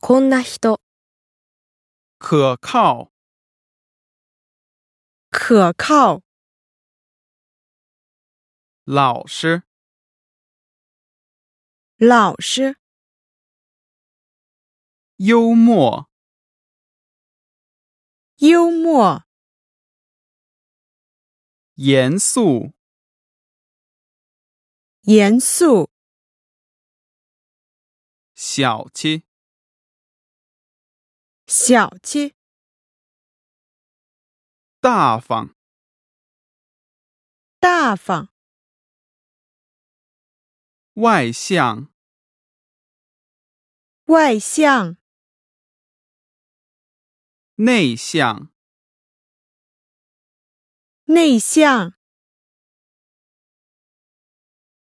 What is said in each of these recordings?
こんな人、可靠、可靠、老实、老实、幽默、幽默、严肃、严肃、小气、小气、大方、大方、外向、外向、内向、内向、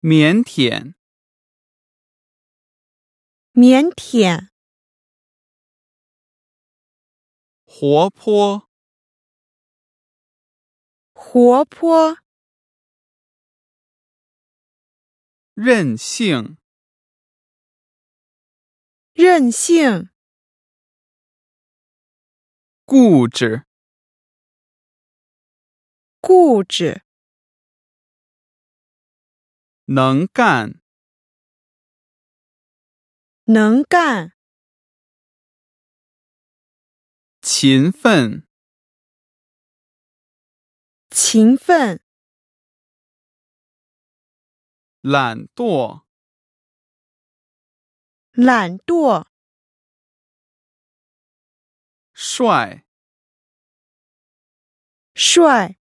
腼腆、腼腆、活泼、活泼、任性、任性、固执、固执、能干、能干、勤奋、勤奋、懒惰、懒惰、帅、帅、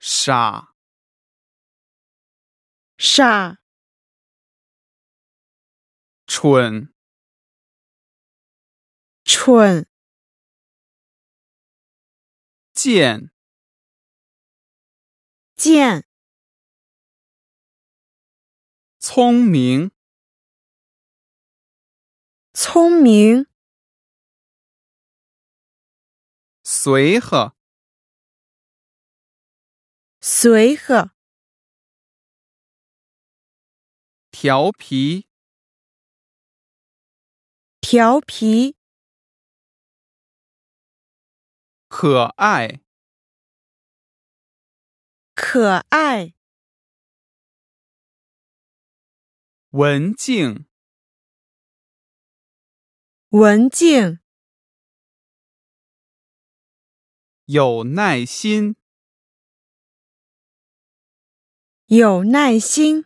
傻、傻、蠢、蠢、贱、贱、聪明、聪明、随和、随和、调皮、调皮、可爱、可爱、文静、文静、有耐心、有耐心、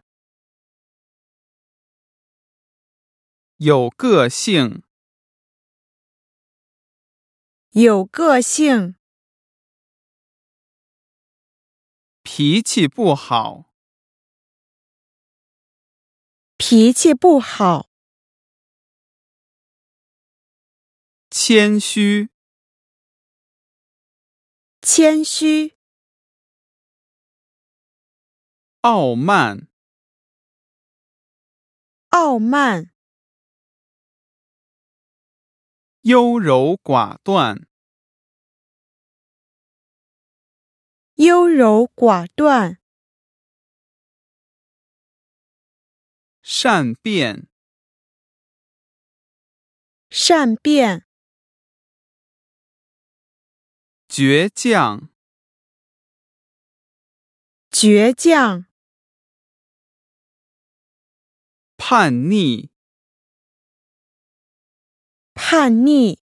有个性、有个性、脾气不好、脾气不好、谦虚、谦虚、傲慢、傲慢、优柔寡断、优柔寡断、善变、善变、倔强、倔强、叛逆。叛逆、